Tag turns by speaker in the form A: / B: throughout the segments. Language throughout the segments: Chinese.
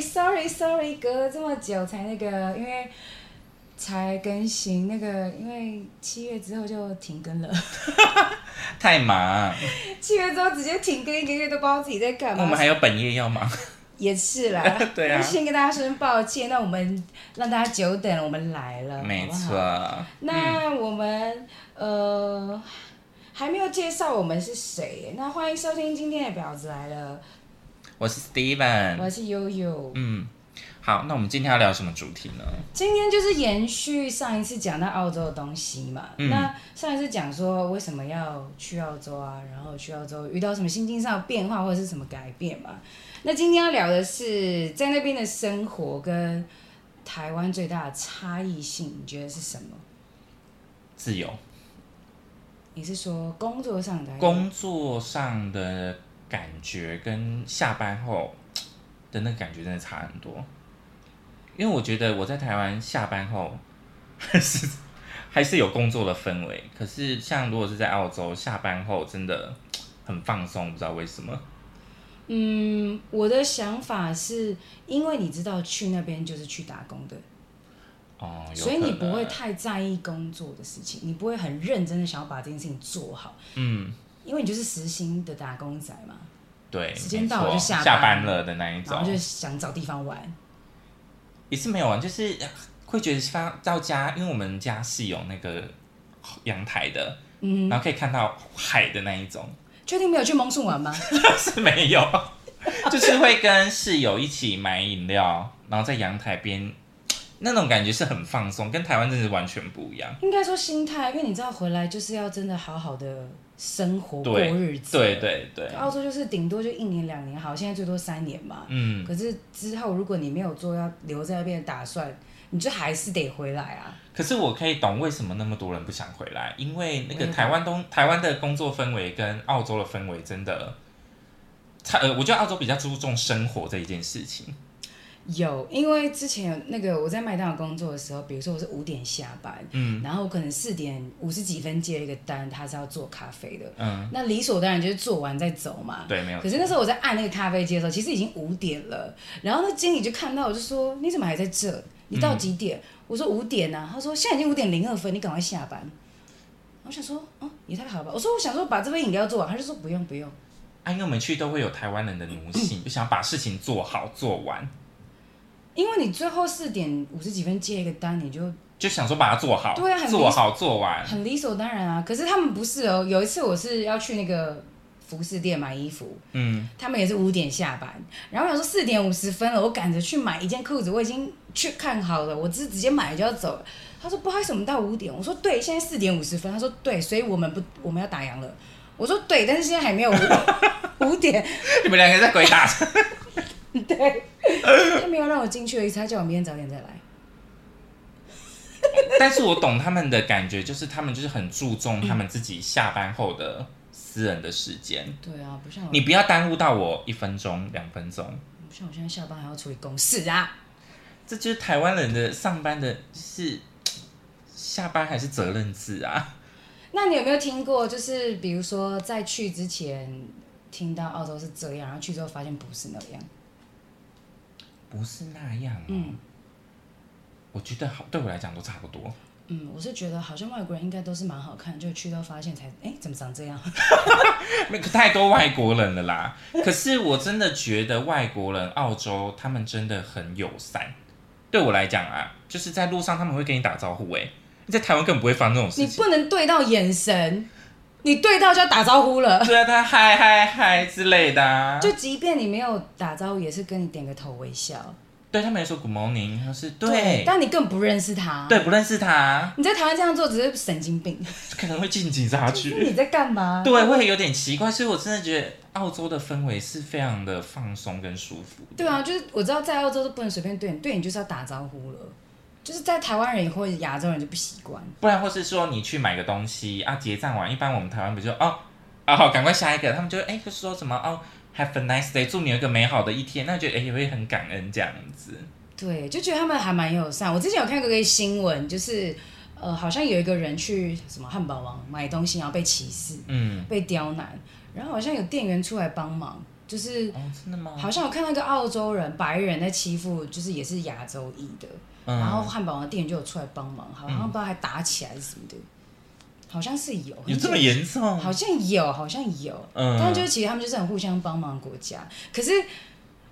A: sorry sorry，隔了这么久才那个，因为才更新那个，因为七月之后就停更了，
B: 太忙，
A: 七月之后直接停更一个月，都不知道自己在干嘛。
B: 哦我们还有本业要忙。，
A: 也是啦
B: 对啊
A: 先跟大家说声抱歉，那我们让大家久等了，我们来了，
B: 没
A: 好
B: 错嗯
A: 不好，那我们、呃还没有介绍我们是谁，那欢迎收听今天的婊子来了，
B: 我是 Steven。
A: 我是悠悠。
B: 嗯，好，那我们今天要聊什么主题呢？
A: 今天就是延续上一次讲到澳洲的东西嘛，
B: 嗯
A: 那上一次讲说为什么要去澳洲啊，然后去澳洲遇到什么心境上的变化或者是什么改变嘛。那今天要聊的是在那边的生活跟台湾最大的差异性，你觉得是什么？
B: 自由，
A: 你是说工作上的还是
B: 工作上的感觉跟下班后的那个感觉真的差很多。因为我觉得我在台湾下班后 还是还是有工作的氛围，可是像如果是在澳洲下班后，真的很放松，不知道为什么。
A: 嗯，我的想法是因为你知道去那边就是去打工的，
B: 哦，有
A: 所以你
B: 可
A: 不
B: 能
A: 会太在意工作的事情，你不会很认真的想要把这件事情做好。
B: 嗯，
A: 因为你就是实薪的打工仔嘛，
B: 对，
A: 时间
B: 没
A: 到了就
B: 错
A: 下班
B: 下班了的那一
A: 然后
B: 种
A: 就，想找地方玩。
B: 也是没有啊，就是会觉得发到家，因为我们家是有那个阳台的，
A: 嗯，
B: 然后可以看到海的那一种，
A: 确定没有去蒙宋玩吗？
B: 是没有， 就是会跟室友一起买饮料，然后在阳台边，那种感觉是很放松，跟台湾真的是完全不一样。
A: 应该说心态，因为你知道回来就是要真的好好的生活过
B: 对
A: 日子。
B: 对对对，
A: 澳洲就是顶多就一年两年好，现在最多三年嘛。
B: 嗯，
A: 可是之后如果你没有做要留在那边的打算，你就还是得回来啊。
B: 可是我可以懂为什么那么多人不想回来，因为那
A: 我也
B: 个
A: 懂
B: 台湾东台湾的工作氛围跟澳洲的氛围真的，差呃，我觉得澳洲比较注重生活这一件事情。
A: 有，因为之前有那个我在麦当劳工作的时候，比如说我是五点下班，
B: 嗯
A: 然后我可能四点五十几分接了一个单，他是要做咖啡的，
B: 嗯，
A: 那理所当然就是做完再走嘛。
B: 对，没有。
A: 啊可是那时候我在按那个咖啡机的时候，其实已经五点了。然后那经理就看到我就说：“你怎么还在这？你到几点？”我说：“五点啊。”他说：“现在已经五点零二分，你赶快下班。”我想说：“哦，也太好了吧。”我说：“我想说把这杯饮料做完。”他就说：“不用不用。
B: 啊，因为我们去都会有台湾人的奴 性，就想把事情做好做完，”
A: 因为你最后四点五十几分接一个单，你就
B: 就想说把它做好，
A: 对啊很
B: 做好做完。
A: 很理所当然啊。可是他们不是哦。有一次我是要去那个服饰店买衣服，
B: 嗯，
A: 他们也是五点下班，然后我想说四点五十分了，我赶着去买一件裤子，我已经去看好了，我直直接买就要走了。他说不好意思，我们到五点。我说对，现在四点五十分。他说对，所以我们不我们要打烊了。我说对，但是现在还没有 五五点，
B: 你们两个在鬼打墙。
A: 对，他没有让我进去的意思，他叫我明天早点再来。
B: 但是我懂他们的感觉，就是他们就是很注重
A: 嗯
B: 他们自己下班后的私人的时间。
A: 对啊，不像我，
B: 你不要耽误到我一分钟、两分钟，
A: 不像我现在下班还要处理公事啊。
B: 这就是台湾人的上班的，就是下班还是责任制啊。
A: 那你有没有听过，就是比如说在去之前听到澳洲是这样，然后去之后发现不是那样？
B: 不是那样、哦，
A: 嗯
B: 我觉得好，对我来讲都差不多。
A: 嗯，我是觉得好像外国人应该都是蛮好看，就去到发现才，哎，怎么长这 样？
B: 那个太多外国人了啦。可是我真的觉得外国人，澳洲他们真的很友善。对我来讲啊，就是在路上他们会跟你打招呼、欸，你在台湾根本不会发生这种事
A: 你
B: 情。
A: 不能对到眼神，你对到就要打招呼了。
B: 对啊，他嗨嗨嗨之类的、啊，
A: 就即便你没有打招呼，也是跟你点个头微笑。
B: 对他们也说 Good morning，他是对
A: 但你更不认识他。
B: 对，不认识他，
A: 你在台湾这样做只是神经 病。
B: 可能会进警察
A: 你
B: 局。
A: 在干嘛？
B: 对，啊会有点奇怪，所以我真的觉得澳洲的氛围是非常的放松跟舒服的。
A: 对啊，就是我知道在澳洲都不能随便对你，对你就是要打招呼了。就是在台湾人或者亚洲人就不习惯。
B: 不然或是说你去买个东西啊，结账完，一般我们台湾不就哦啊好，赶快下一个，他们就哎、就说什么哦，Have a nice day，祝你有一个美好的一天，那觉得哎、也会很感恩这样子。
A: 对，就觉得他们还蛮友善。我之前有看过一个新闻，就是呃，好像有一个人去什么汉堡王买东西，然后被歧视、
B: 嗯，
A: 被刁难，然后好像有店员出来帮忙，就是
B: 哦，真的吗？
A: 好像有看到一个澳洲人白人在欺负，就是也是亚洲裔的，
B: 嗯，
A: 然后汉堡王的店员就有出来帮忙，好像不知道还打起来什么的，好像是有，
B: 有
A: 很
B: 这么
A: 久
B: 严重？
A: 好像有，好像有，
B: 嗯，
A: 但就是其实他们就是很互相帮忙的国家。可是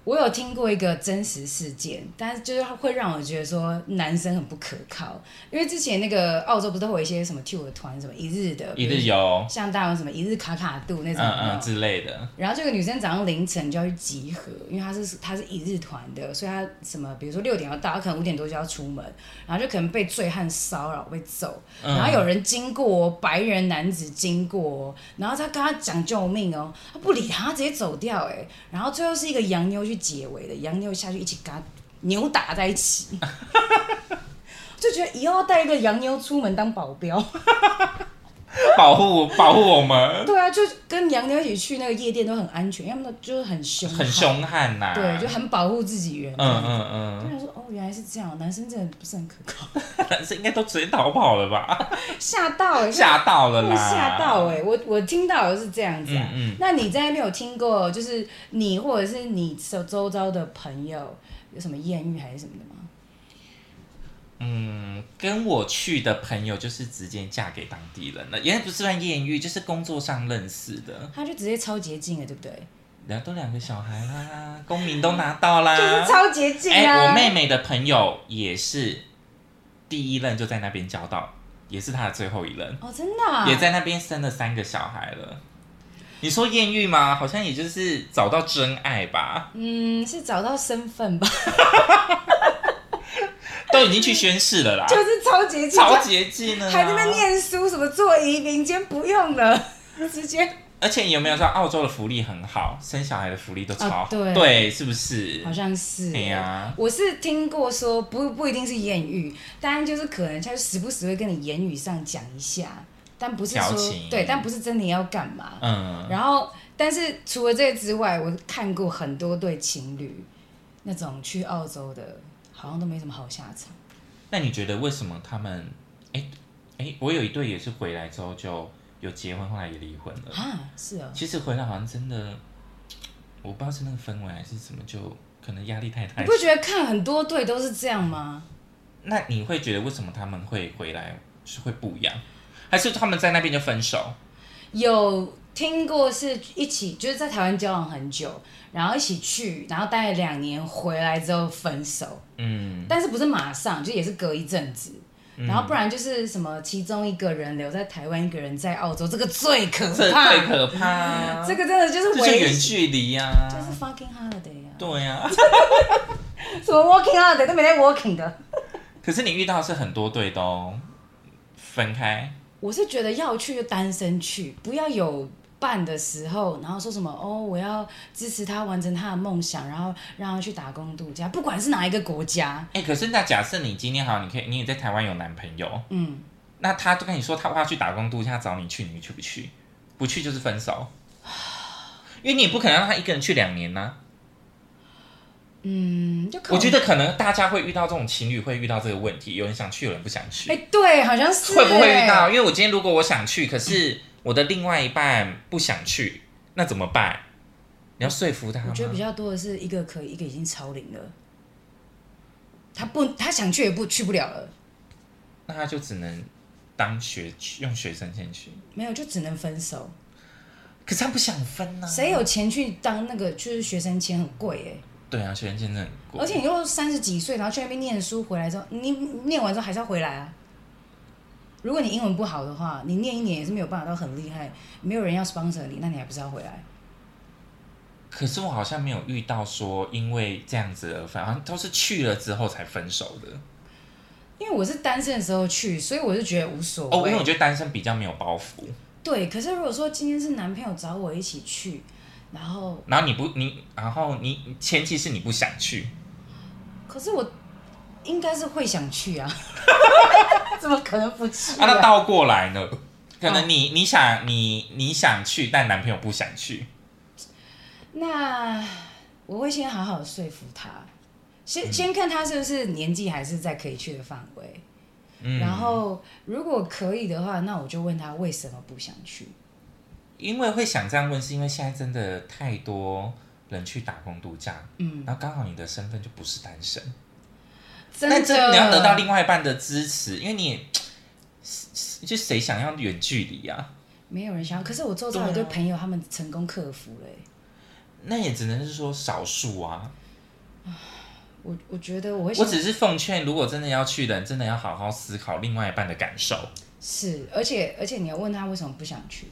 A: 我有听过一个真实事件，但是就是会让我觉得说男生很不可靠，因为之前那个澳洲不是会有一些什么 tour 团什么一日的，
B: 一日
A: 比如
B: 游，
A: 像大陆什么一日卡卡度那
B: 嗯
A: 种有没有，
B: 嗯之类的，
A: 然后这个女生早上凌晨就要去集合，因为她是她是一日团的，所以她什么，比如说六点要到，她可能五点多就要出门，然后就可能被醉汉骚扰被揍，
B: 嗯
A: 然后有人经过哦，白人男子经过哦，然后他跟他讲救命哦，他不理他，他直接走掉哎，然后最后是一个洋妞去结尾的，洋妞下去一起跟他扭打在一起， 就觉得以后要带一个洋妞出门当保镖。
B: 保护保护我们，
A: 对啊，就跟洋妞一起去那个夜店都很安全，要么就是很凶悍，
B: 很凶悍呐，
A: 对，就很保护自己人。
B: 嗯
A: 嗯嗯。
B: 嗯
A: 就想说哦，原来是这样，男生真的不是很可靠，
B: 嗯，男生应该都直接逃跑了吧？
A: 吓到哎、欸，
B: 吓到了
A: 真的
B: 啦，
A: 吓到哎、欸，我我听到的是这样子啊。
B: 嗯嗯
A: 那你在那边有听过，就是你或者是你周周遭的朋友有什么艳遇还是什么的吗？
B: 嗯，跟我去的朋友就是直接嫁给当地人了，也不是算艳遇，就是工作上认识的，
A: 他就直接超捷径了，对不对？
B: 两都两个小孩啦，公民都拿到啦，
A: 就是超捷径
B: 呃哎、
A: 啊！
B: 我妹妹的朋友也是第一任就在那边交到，也是她的最后一任，
A: 哦，真的、啊、
B: 也在那边生了三个小孩了。你说艳遇吗？好像也就是找到真爱吧，
A: 嗯，是找到身份吧，
B: 都已经去宣誓了啦，
A: 就是超捷径，啊
B: 超捷径了啦，
A: 还在那边念书，什么做移民，今天不用 了，直接
B: 而且有没有说澳洲的福利很好，生小孩的福利都超好，
A: 啊对
B: 是不是？
A: 好像是、欸
B: 哎呀，
A: 我是听过说不不一定是艳遇，但就是可能他就时不时会跟你言语上讲一下，但不是
B: 调
A: 说
B: 情
A: 对，但不是真的要干嘛。
B: 嗯，
A: 然后，但是除了这个之外，我看过很多对情侣，那种去澳洲的，好像都没什么好下场。
B: 那你觉得为什么他们？哎、哎、我有一对也是回来之后就有结婚，后来也离婚了。
A: 啊，是哦，
B: 其实回来好像真的，我不知道是那个氛围还是什么，就可能压力太
A: 你
B: 大
A: 不。觉得看很多对都是这样吗？
B: 那你会觉得为什么他们会回来是会不一样？还是他们在那边就分手？
A: 有听过是一起就是在台湾交往很久，然后一起去，然后待了两年，回来之后分手。
B: 嗯，
A: 但是不是马上，就也是隔一阵子。然后不然就是什么，其中一个人留在台湾，一个人在澳洲，这个最可
B: 这
A: 怕，
B: 最可怕、啊，
A: 这个真的就是
B: 这就
A: 危
B: 远
A: 险，
B: 距离呀、
A: 就是 fucking holiday 啊，
B: 对呀、
A: 什么 working holiday 都没在 working 的。
B: 可是你遇到的是很多对都分开，
A: 我是觉得要去就单身去，不要有伴的时候，然后说什么哦，我要支持他完成他的梦想，然后让他去打工度假，不管是哪一个国家，
B: 哎、可是那假设你今天好，你可以你也在台湾有男朋友，
A: 嗯，
B: 那他就跟你说他要去打工度假找你去，你去不去？不去就是分手，因为你也不可能让他一个人去两年呐、
A: 嗯，就可能
B: 我觉得可能大家会遇到这种情侣会遇到这个问题，有人想去，有人不想去，
A: 哎、对，好像是
B: 会不会遇
A: 哎
B: 到？因为我今天如果我想去，可是我的另外一半不想去，那怎么办？你要说服他吗？
A: 我觉得比较多的是一个可以，一个已经超龄了，他不他想去也不去不了了，
B: 那他就只能当学用学生先去。
A: 没有就只能分手。
B: 可是他不想分啊呢、
A: 谁有钱去当那个就是学生签很贵哎、
B: 对啊，学生签证很贵，
A: 而且你又三十几岁，然后去那边念书，回来之后你念完之后还是要回来啊。如果你英文不好的话，你念一年也是没有办法到很厉害，没有人要 sponsor 你，那你还不是要回来？
B: 可是我好像没有遇到说因为这样子而分，好像都是去了之后才分手的。
A: 因为我是单身的时候去，所以我就觉得无所
B: 哦，因
A: 谓。
B: 为我觉得单身比较没有包袱，
A: 对，可是如果说今天是男朋友找我一起去，然后
B: 然后你不你，然后你前提是你不想去，
A: 可是我应该是会想去啊， 怎么可能不去、
B: 啊，那
A: 啊？哦
B: 倒过来呢？可能你你想你你想去，但男朋友不想去，
A: 那我会先好好地说服他，先、先看他是不是年纪还是在可以去的范围。
B: 嗯
A: 然后如果可以的话，那我就问他为什么不想去。
B: 因为会想这样问，是因为现在真的太多人去打工度假，
A: 嗯，
B: 然后刚好你的身份就不是单身，
A: 真的
B: 但这你要得到另外一半的支持，因为你也就谁想要远距离啊？
A: 没有人想要，可是我周遭有一对朋友，他们成功克服了欸、
B: 那也只能是说少数啊。
A: 我我觉得我会
B: 我
A: 想
B: 只是奉劝，如果真的要去的人，真的要好好思考另外一半的感受。
A: 是，而且而且你要问他为什么不想去，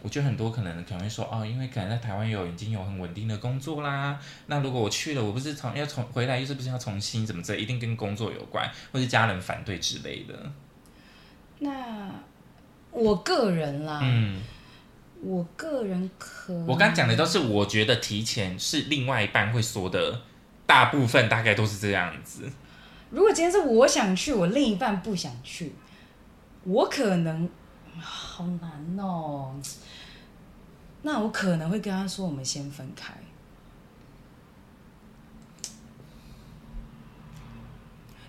B: 我觉得很多可能可能会说哦，因为可能在台湾有已经有很稳定的工作啦，那如果我去了，我不是从要从回来又是不是要重新怎么着，一定跟工作有关，或是家人反对之类的。
A: 那我个人啦，
B: 嗯，
A: 我个人可
B: 我刚讲的都是我觉得提前是另外一半会说的，大部分大概都是这样子。
A: 如果今天是我想去，我另一半不想去，我可能好难哦。那我可能会跟他说，我们先分开。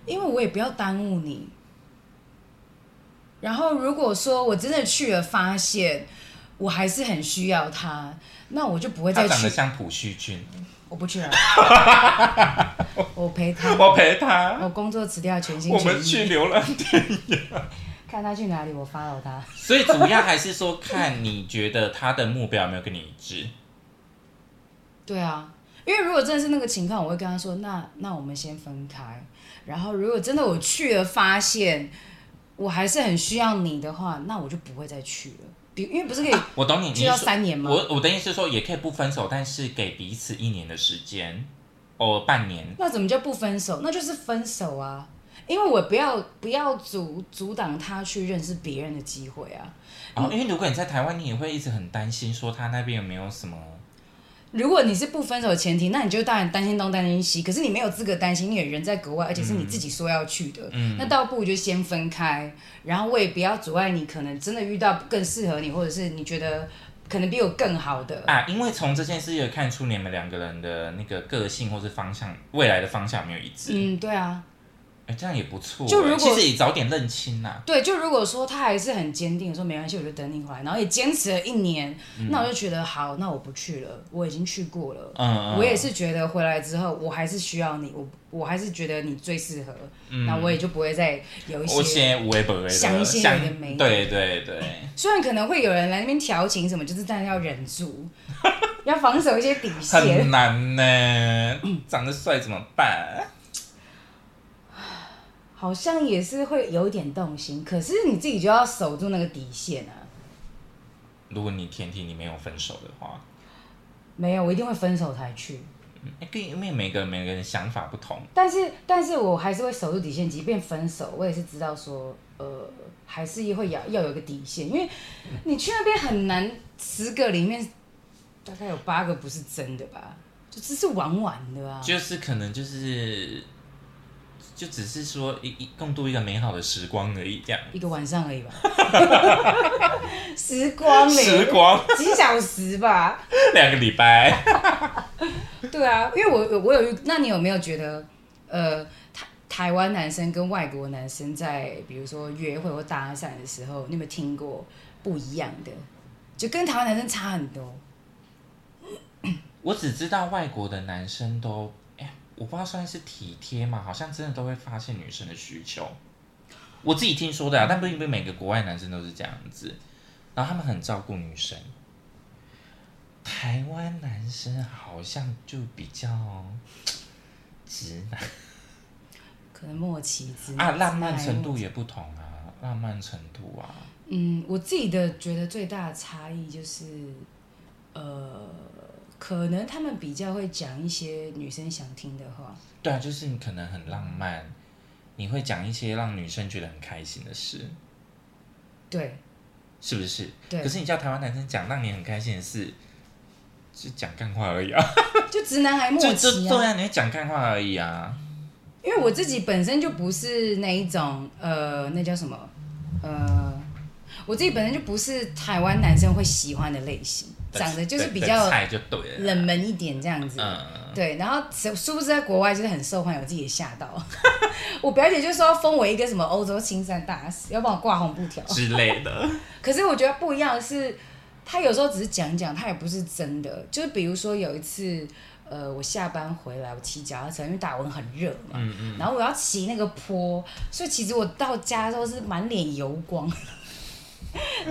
A: 因为我也不要耽误你。然后，如果说我真的去了，发现我还是很需要他，那我就不会
B: 他
A: 再
B: 长得
A: 去。
B: 像朴叙俊，
A: 我不去了， 我陪他。
B: 我陪他，
A: 我工作辞掉，全心
B: 我们
A: 全
B: 去
A: 意。
B: 流浪
A: 看他去哪里，我 follow 他。
B: 所以主要还是说看你觉得他的目标有没有跟你一致。
A: 对啊，因为如果真的是那个情况，我会跟他说，那那我们先分开。然后如果真的我去了，发现我还是很需要你的话，那我就不会再去了。比因为不是可以
B: 我懂啊你，你
A: 去
B: 是
A: 到
B: 说
A: 三年吗？
B: 我我的意思是说，也可以不分手，但是给彼此一年的时间，哦，半年。
A: 那怎么叫不分手？那就是分手啊！因为我不要不要阻阻挡他去认识别人的机会啊。
B: 哦，因为如果你在台湾，你也会一直很担心，说他那边有没有什么。
A: 如果你是不分手的前提，那你就当然担心东担心西，可是你没有资格担心，因为人在国外，而且是你自己说要去的，
B: 嗯
A: 那倒不如就先分开，然后我也不要阻碍你，可能真的遇到更适合你，或者是你觉得可能比我更好的，
B: 啊，因为从这件事也看出你们两个人的那个个性或是方向，未来的方向有没有一致。哎、
A: 嗯，对啊，
B: 这样也不错、
A: 就
B: 哎
A: 如果
B: 其实也早点认清啊啦、
A: 对，就如果说他还是很坚定，说没关系，我就等你回来，然后也坚持了一年，
B: 嗯
A: 那我就觉得好，那我不去
B: 啊
A: 了，我已经去过了。
B: 嗯，嗯
A: 我也是觉得回来之后，我还是需要你，我我还是觉得你最适合，那、我也就不会再有一些
B: 嗯我先无微不微的
A: 想一些
B: 想
A: 有的没的
B: 对对对，
A: 虽然可能会有人来那边调情什么，就是但是要忍 住，要防守一些底线。
B: 很难呢、长得帅怎么办？
A: 好像也是会有一点动心，可是你自己就要守住那个底线啊。
B: 如果你前提你没有分手的话，
A: 没有，我一定会分手才去。
B: 哎、跟因为每个人每个人想法不同，
A: 但是，但是我还是会守住底线，即便分手，我也是知道说，呃，还是会要要有一个底线，因为你去那边很难，十个里面大概有八个不是真的吧，就只是玩玩的啊。
B: 就是可能就是就只是说一一共度一个美好的时光而已，这样。
A: 一个晚上而 已吧，时光嘞，
B: 时光
A: 几小时吧。
B: 两个礼拜，
A: 对啊，因为我我有遇，那你有没有觉得，呃，台台湾男生跟外国男生在比如说约会或搭讪的时候，你有没有听过不一样的？就跟台湾男生差很多。
B: 我只知道外国的男生都，哎、我不知道算是体贴嘛，好像真的都会发现女生的需求。我自己听说的啊，但并不是每个国外男生都是这样子，然后他们很照顾女生。台湾男生好像就比较直男。
A: 可能默契之
B: 啊，浪漫程度也不同啊，浪漫程度啊，
A: 嗯，我自己的觉得最大的差异就是，呃，可能他们比较会讲一些女生想听的话，
B: 对啊，就是你可能很浪漫，你会讲一些让女生觉得很开心的事，
A: 对
B: 是不是？
A: 对
B: 可。是你叫台湾男生讲让你很开心的事，就讲干话而已 啊，
A: 就直男癌末
B: 就就
A: 期
B: 对
A: 啊。
B: 啊，你会讲干话而已啊，
A: 因为我自己本身就不是那一种呃，那叫什么呃，我自己本身就不是台湾男生会喜欢的类型，长得就是比
B: 的
A: 较
B: 菜就对了，
A: 冷门一点这样子。
B: 嗯，
A: 对，然后殊殊不知在国外就是很受欢迎，我自己也吓到。 我表姐就说要封我一个什么欧洲青山大使，要帮我挂红布条。
B: 之类的，
A: 可是我觉得不一样的是，他有时候只是讲讲，他也不是真的。就是比如说有一次，呃，我下班回来，我骑脚踏车，因为打文很热嘛，
B: 嗯嗯，
A: 然后我要骑那个坡，所以其实我到家都是满脸油光，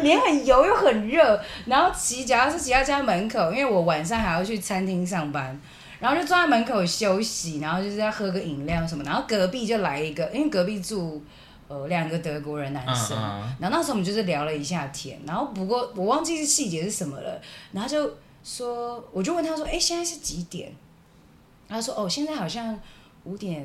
A: 脸很油又很热，然后骑脚踏车骑到家门口，因为我晚上还要去餐厅上班，然后就坐在门口休息，然后就是要喝个饮料什么，然后隔壁就来一个，因为隔壁住呃两个德国人男生。
B: 嗯嗯
A: 然后那时候我们就是聊了一下天，然后不过我忘记是细节是什么了，然后就说，我就问他说，哎，现在是几点？他说，哦，现在好像五点，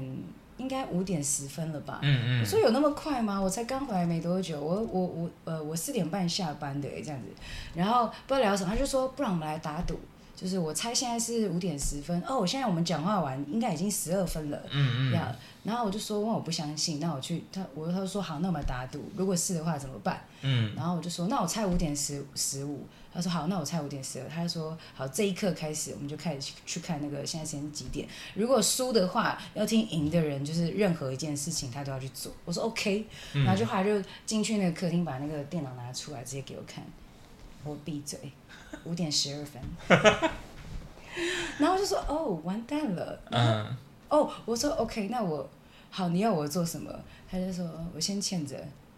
A: 应该五点十分了吧？
B: 嗯
A: 我
B: 嗯，
A: 说有那么快吗？我才刚回来没多久，我我我呃，我四点半下班的耶欸这样子，然后不知道聊什么，他就说，不然我们来打赌。就是我猜现在是五点十分哦，现在我们讲话完应该已经十二分了，这
B: 嗯嗯，
A: 样，然后我就说，问我不相信，那我去他，我他就说好，那我们打赌，如果是的话怎么办？
B: 嗯，
A: 然后我就说，那我猜五点十十五，他说好，那我猜五点十二，他就说好，这一刻开始我们就开始去去看那个现在时间是几点，如果输的话，要听赢的人就是任何一件事情他都要去做，我说 OK，然
B: 嗯
A: 后就后来就进去那个客厅把那个电脑拿出来直接给我看，我闭嘴，五点十二分， 然后我就说哦完蛋了，
B: 嗯，
A: 哦，我说 OK，那我好，你要我做什么？他就说哦我先欠着，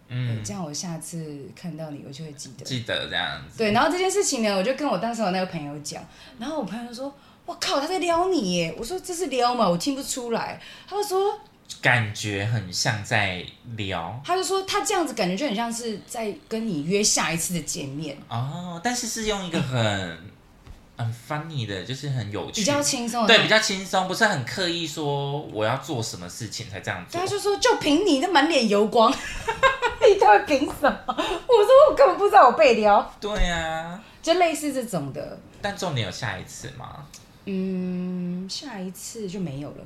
B: 嗯，
A: 这样我下次看到你，我就会记得。
B: 记得这样子，
A: 对，然后这件事情呢，我就跟我当时我那个朋友讲，然后我朋友就说：“我靠，他在撩你耶！”我说：“这是撩嘛，我听不出来。”他就说：“
B: 感觉很像在聊
A: 他就说他这样子感觉就很像是在跟你约下一次的见面，
B: 哦，但是是用一个很很 funny 的，就是很有趣，
A: 比较轻松。”啊
B: 对，比。较轻松，不是很刻意说我要做什么事情才这样做
A: 他。就说：“就凭你那满脸油光， 你他会凭什么？”我说：“我根本不知道我被撩，
B: 对啊，
A: 就类似这种的。”
B: 但重点有下一次吗？
A: 嗯，下一次就没有了。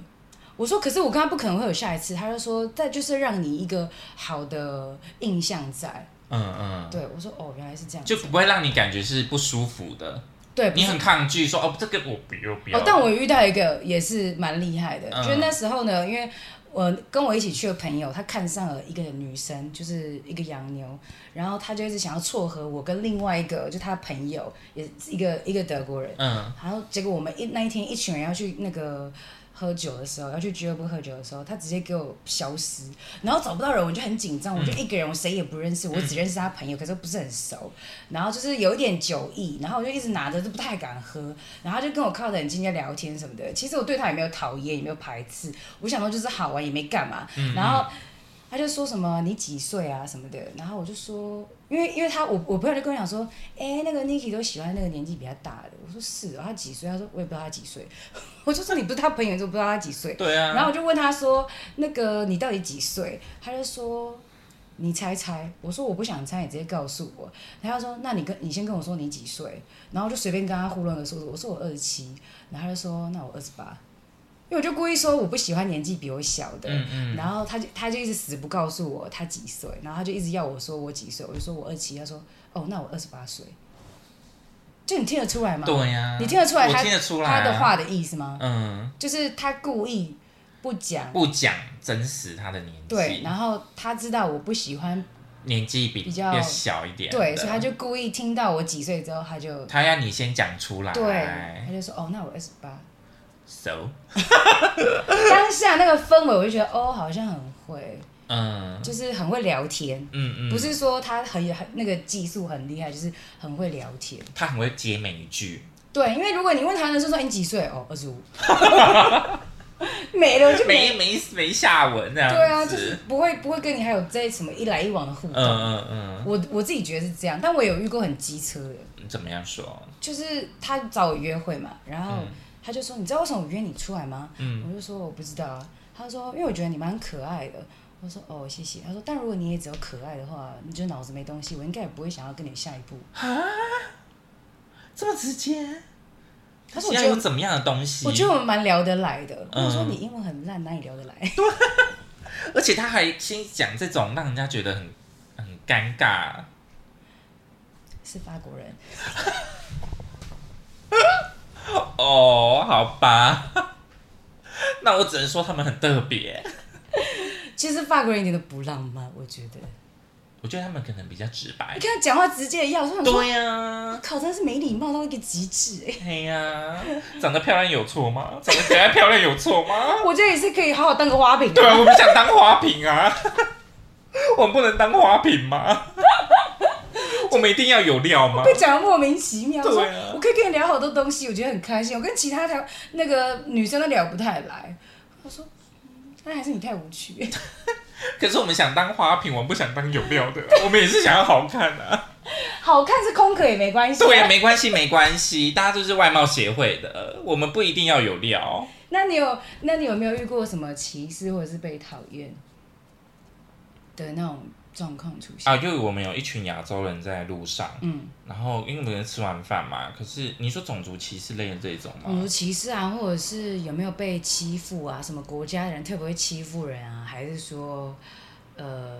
A: 我说，可是我跟他不可能会有下一次。他就说，再就是让你一个好的印象在。
B: 嗯嗯，
A: 对，我说哦，原来是这样。
B: 就不会让你感觉是不舒服的，
A: 对，不
B: 你
A: 是
B: 很抗拒说哦这个我不要不要。
A: 哦，但我遇到一个也是蛮厉害的，
B: 嗯
A: 就是那时候呢，因为我跟我一起去的朋友，他看上了一个女生，就是一个洋妞，然后他就一直想要撮合我跟另外一个，就他朋友，也是一个一个德国人。
B: 嗯
A: 然后结果我们一那一天一群人要去那个喝酒的时候，要去俱乐部喝酒的时候，他直接给我消失，然后找不到人，我就很紧张，我就一个人，我谁也不认识，我只认识他朋友，可是不是很熟，然后就是有一点酒意，然后我就一直拿着，都不太敢喝，然后他就跟我靠得很近在聊天什么的，其实我对他也没有讨厌，也没有排斥，我想说就是好玩，也没干嘛，然后。他就说什么你几岁啊什么的，然后我就说，因为因为他我我朋友就跟我讲说，哎、那个 Niki 都喜欢那个年纪比较大的，我说是、哦，他几岁？他说我也不知道他几岁，我就说你不是他朋友，你怎么不知道他几岁？
B: 对啊，
A: 然后我就问他说，那个你到底几岁？他就说。你猜猜，我说我不想猜，你直接告诉我。然后他就说，那你跟你先跟我说你几岁，然后我就随便跟他糊弄个数字，我说我二十七，然后他就说那我二十八，因为我就故意说我不喜欢年纪比我小的，
B: 嗯嗯，
A: 然后他就他就一直死不告诉我他几岁，然后他就一直要我说我几岁，我就说我二七，他说哦，那我二十八岁，就你听得出来吗？
B: 对呀，
A: 你听得出来
B: 啊我
A: 他
B: 听得出来
A: 他
B: 啊
A: 的，话的意思吗？
B: 嗯，
A: 就是他故意不讲，
B: 不讲真实他的年纪，
A: 对，然后他知道我不喜欢，
B: 年纪比
A: 比较
B: 小一点的，
A: 对，所以他就故意听到我几岁之后，他就
B: 他要你先讲出来，
A: 对，他就说哦，那我二十八。
B: ，so，
A: 当下那个氛围，我就觉得哦，好像很会，
B: 嗯
A: 就是很会聊天。
B: 嗯嗯，
A: 不是说他很很那个技术很厉害，就是很会聊天。
B: 他很会接每一句，
A: 对，因为如果你问台湾人说说哎你几岁，哦，二十五， 没了就没。
B: 没没没下文这样子，
A: 对啊，就是不会不会跟你还有这什么一来一往的互
B: 嗯
A: 动。
B: 嗯嗯
A: 我我自己觉得是这样，但我有遇过很机车的，
B: 嗯，怎么样说？
A: 就是他找我约会嘛，然后他就说：“你知道为什么我约你出来吗？”
B: 嗯
A: 我就说：“我不知道啊。”他说：“因为我觉得你蛮可爱的。”我说：“哦，谢谢。”他说：“但如果你也只有可爱的话，你就脑子没东西，我应该也不会想要跟你下一步。
B: 嗯这么直接？
A: 他说
B: 是
A: 我
B: 要
A: 觉得
B: 有怎么样的东西？
A: 我觉得我们蛮聊得来的。
B: 嗯
A: 我说：“你英文很烂，哪里聊得来
B: 而且他还先讲这种让人家觉得很很尴尬，？”
A: 是法国人。
B: 哦，好吧， 那我只能说他们很特别。
A: 其实法国人一点都不浪漫，我觉得。
B: 我觉得他们可能比较直白
A: 你。看他讲话直接的要，我就想说，
B: 对呀、
A: 靠，真是没礼貌到一个极致哎、
B: 哎呀，长得漂亮有错吗？长得可爱漂亮有错吗？
A: 哎我觉得也是可以好好当个花瓶。
B: 对啊，我们想当花瓶啊， 我们不能当花瓶吗？我们一定要有料 吗？
A: 被讲得莫名其妙，
B: 对
A: 说
B: 啊
A: 我可以跟你聊好多东西，我觉得很开心。我跟其他台那个女生都聊不太来。我说，嗯那、还是你太无趣。
B: 可是我们想当花瓶，我们不想当有料的，我们也是想要好看的、啊。
A: 好看是空壳也没关系。
B: 对啊，没关系，没关系， 大家都是外貌协会的，我们不一定要有料。
A: 那你有那你有没有遇过什么歧视或者是被讨厌的那种状况出现？
B: 啊，因为我们有一群亚洲人在路上，
A: 嗯，
B: 然后因为我们吃完饭嘛，可是你说种族歧视类的这种
A: 种
B: 吗
A: 族？歧视啊，或者是有没有被欺负啊？什么国家的人特别会欺负人啊？还是说，呃，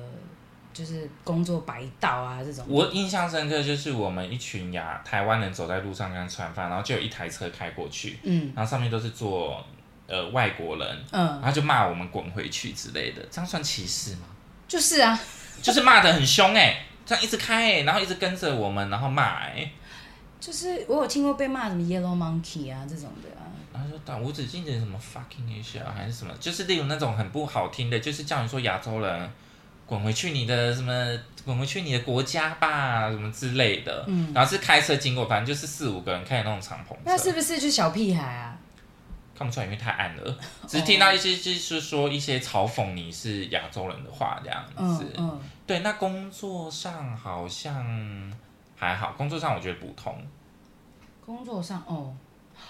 A: 就是工作白道啊这种？
B: 我印象深刻就是我们一群亚台湾人走在路上刚吃完饭，然后就有一台车开过去，
A: 嗯
B: 然后上面都是坐呃外国人，
A: 嗯，
B: 然后就骂我们滚回去之类的，这样算歧视吗？
A: 就是啊，
B: 就是骂的很凶哎、这样一直开哎、然后一直跟着我们，然后骂哎、
A: 就是我有听过被骂什么 yellow monkey 啊这种的啊。
B: 然后说打无止境的什么 fucking Asia 还是什么，就是例如那种很不好听的，就是叫你说亚洲人滚回去你的什么，滚回去你的国家吧，什么之类的。
A: 嗯
B: 然后是开车经过，反正就是四五个人开的那种敞篷车，
A: 那是不是就是小屁孩啊？
B: 看不出来，因为太暗了，只是听到一些就是说一些嘲讽你是亚洲人的话这样子。
A: 嗯嗯，
B: 对，那工作上好像还好，工作上我觉得普通。
A: 工作上哦，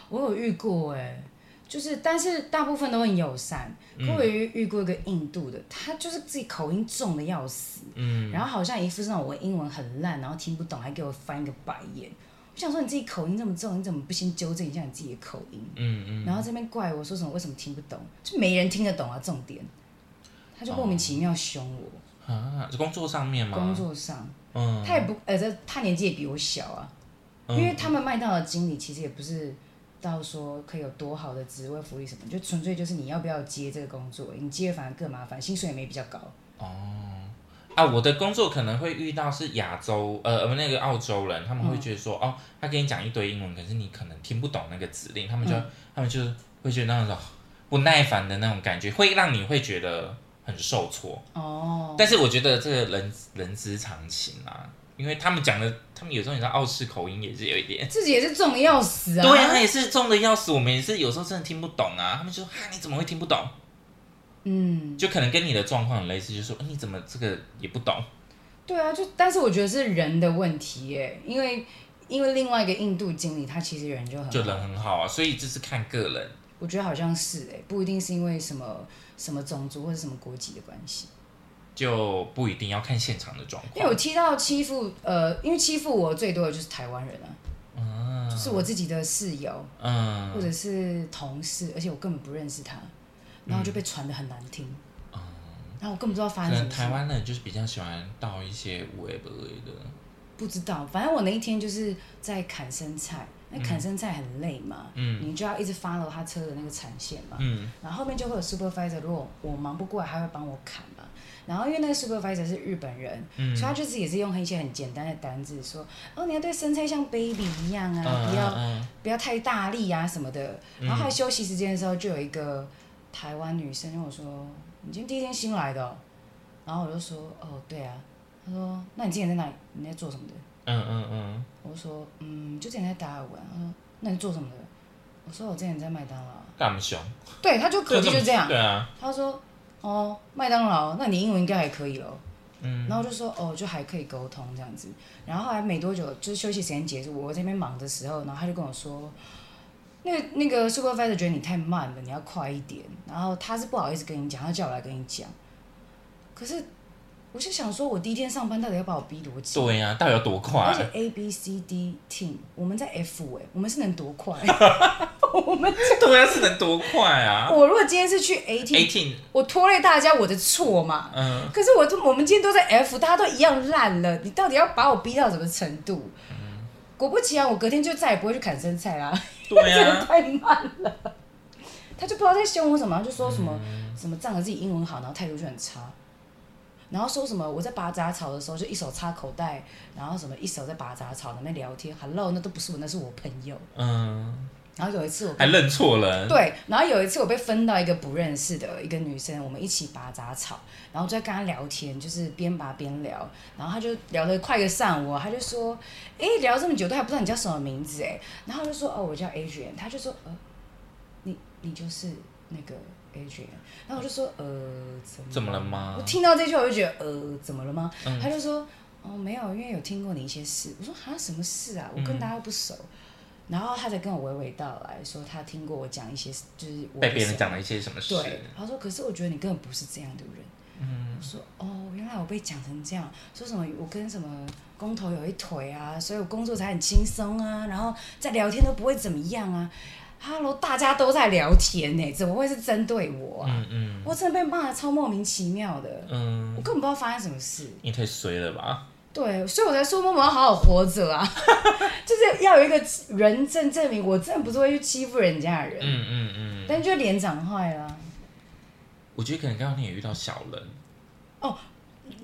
A: 我有遇过哎、就是但是大部分都很友善。
B: 嗯
A: 可我有遇遇过一个印度的，他就是自己口音重的要死，
B: 嗯，
A: 然后好像一副是那种我英文很烂，然后听不懂，还给我翻一个白眼。我想说你自己口音这么重，你怎么不先纠正一下你自己的口音？
B: 嗯嗯，
A: 然后这边怪我说什么为什么听不懂，就没人听得懂啊，重点。他就莫名其妙凶我，
B: 啊，是工作上面吗？
A: 工，作上。
B: 嗯，
A: 他也不，呃，这他年纪也比我小啊，
B: 嗯
A: 因为他们麦当劳经理其实也不是到说可以有多好的职位福利什么，就纯粹就是你要不要接这个工作，你接反而更麻烦，薪水也没比较高。
B: 啊，我的工作可能会遇到是亚洲，呃，呃那个澳洲人，他们会觉得
A: 嗯
B: 说，哦，他跟你讲一堆英文，可是你可能听不懂那个指令，他们就、
A: 嗯
B: 他们就会觉得那种哦不耐烦的那种感觉，会让你会觉得很受挫。
A: 哦，
B: 但是我觉得这个人人之常情啊，因为他们讲的，他们有时候你知道澳式口音也是有一点。
A: 自己也是重的要死啊。
B: 对啊，他也是重的要死，我们也是有时候真的听不懂啊。他们就说啊，你怎么会听不懂？
A: 嗯，
B: 就可能跟你的状况很类似，就说、呃你怎么这个也不懂？
A: 对啊，就但是我觉得是人的问题耶，因为因为另外一个印度经理他其实人就很好
B: 就人很好啊，所以就是看个人。
A: 我觉得好像是哎，不一定是因为什么什么种族或者什么国籍的关系。
B: 就不一定要看现场的状
A: 因为我
B: 况。
A: 踢到欺负，呃，因为欺负我最多的就是台湾人啊，
B: 嗯
A: 就是我自己的室友或
B: 嗯，
A: 者是同事，而且我根本不认识他，然后就被传的很难听，然后我根本不知道发
B: 可
A: 生什
B: 能
A: 么
B: 台
A: 事，
B: 湾人就是比较喜欢到一些无为不为的。
A: 不知道。反正我那一天就是在砍生菜，那砍生菜很累嘛，
B: 嗯
A: 你就要一直 follow 他车的那个产线嘛，
B: 嗯
A: 然后后面就会有 supervisor，如果我忙不过来，他会帮我砍嘛。然后因为那个 supervisor 是日本人，
B: 嗯
A: 所以他就是也是用一些很简单的单字说，哦，你要对生菜像 baby 一样啊，不要
B: 嗯
A: 不要太大力啊什么的。然后还休息时间的时候，就有一个台湾女生跟我说：“你今天第一天新来的哦、然后我就说：“哦，对啊。”她说：“那你之前在哪里？你在做什么的
B: 嗯嗯嗯，？”
A: 我就说：“嗯，就之前在达尔文。”她说：“那你做什么的？”我说：“我之前在麦当劳。
B: 干么凶？”
A: 对，她就口气就这样。
B: 对啊，
A: 她说：“哦，麦当劳，那你英文应该还可以咯。”
B: 嗯
A: 然后我就说哦，就还可以沟通这样子。然后后来没多久，就是休息时间结束，我在那边忙的时候，然后他就跟我说，那个那个 supervisor 觉得你太慢了，你要快一点。然后他是不好意思跟你讲，他叫我来跟你讲。可是我就想说，我第一天上班到底要把我逼多久？
B: 对呀、啊，到底有多
A: 而
B: 快？
A: 且 A B C D team，我们在 F 哎、我们是能多快？ 我们
B: 对啊，是能多快啊
A: 我如果今天是去 A team，
B: ？eighteen，
A: 我拖累大家，我的错嘛。
B: 嗯，
A: 可是我这我们今天都在 F，大家都一样烂了，你到底要把我逼到什么程度？
B: 嗯
A: 果不其然，我隔天就再也不会去砍生菜啦，
B: 对
A: 真的
B: 啊，
A: 太慢了。
B: 嗯
A: 他就不知道在凶我什么，他就说什么、什么仗着自己英文好，然后态度就很差。然后说什么我在拔杂草的时候就一手插口袋，然后什么一手在拔杂草那边聊天，Hello，那都不是我，那是我朋友。
B: 嗯，
A: 然后有一次我
B: 还认错人，
A: 对，然后有一次我被分到一个不认识的一个女生，我们一起拔杂草，然后就在跟她聊天，就是边拔边聊，然后她就聊得快得上我，她就说，哎、聊这么久都还不知道你叫什么名字哎，然后她就说，哦，我叫 Adrian，她就说，呃，你你就是那个 Adrian，然后我就说，呃，怎么
B: 怎么了吗
A: 我听到这句话我就觉得，呃，怎么了吗？
B: 啊嗯
A: 她就说，哦，没有，因为有听过你一些事，我说，啊，什么事啊？
B: 嗯
A: 我跟大家都不熟。然后他才跟我娓娓道来说，他听过我讲一些，就是我的
B: 被别人
A: 事
B: 讲了一些什么事？
A: 对，他说，可是我觉得你根本不是这样的人。嗯，我说哦，原来我被讲成这样，说什么我跟什么工头有一腿啊，所以我工作才很轻松啊，然后在聊天都不会怎么样啊。Hello，大家都在聊天呢、怎么会是针对我啊？
B: 嗯嗯
A: 我真的被骂的超莫名其妙的，我
B: 嗯，
A: 根本不知道发生什么事。
B: 你太衰了吧？
A: 对，所以我才说默默要好好活着 啊，就是要有一个人证证明我真的不是会去欺负人家的人，
B: 嗯嗯嗯，
A: 但就脸长坏了啊、
B: 我觉得可能刚刚你也遇到小人，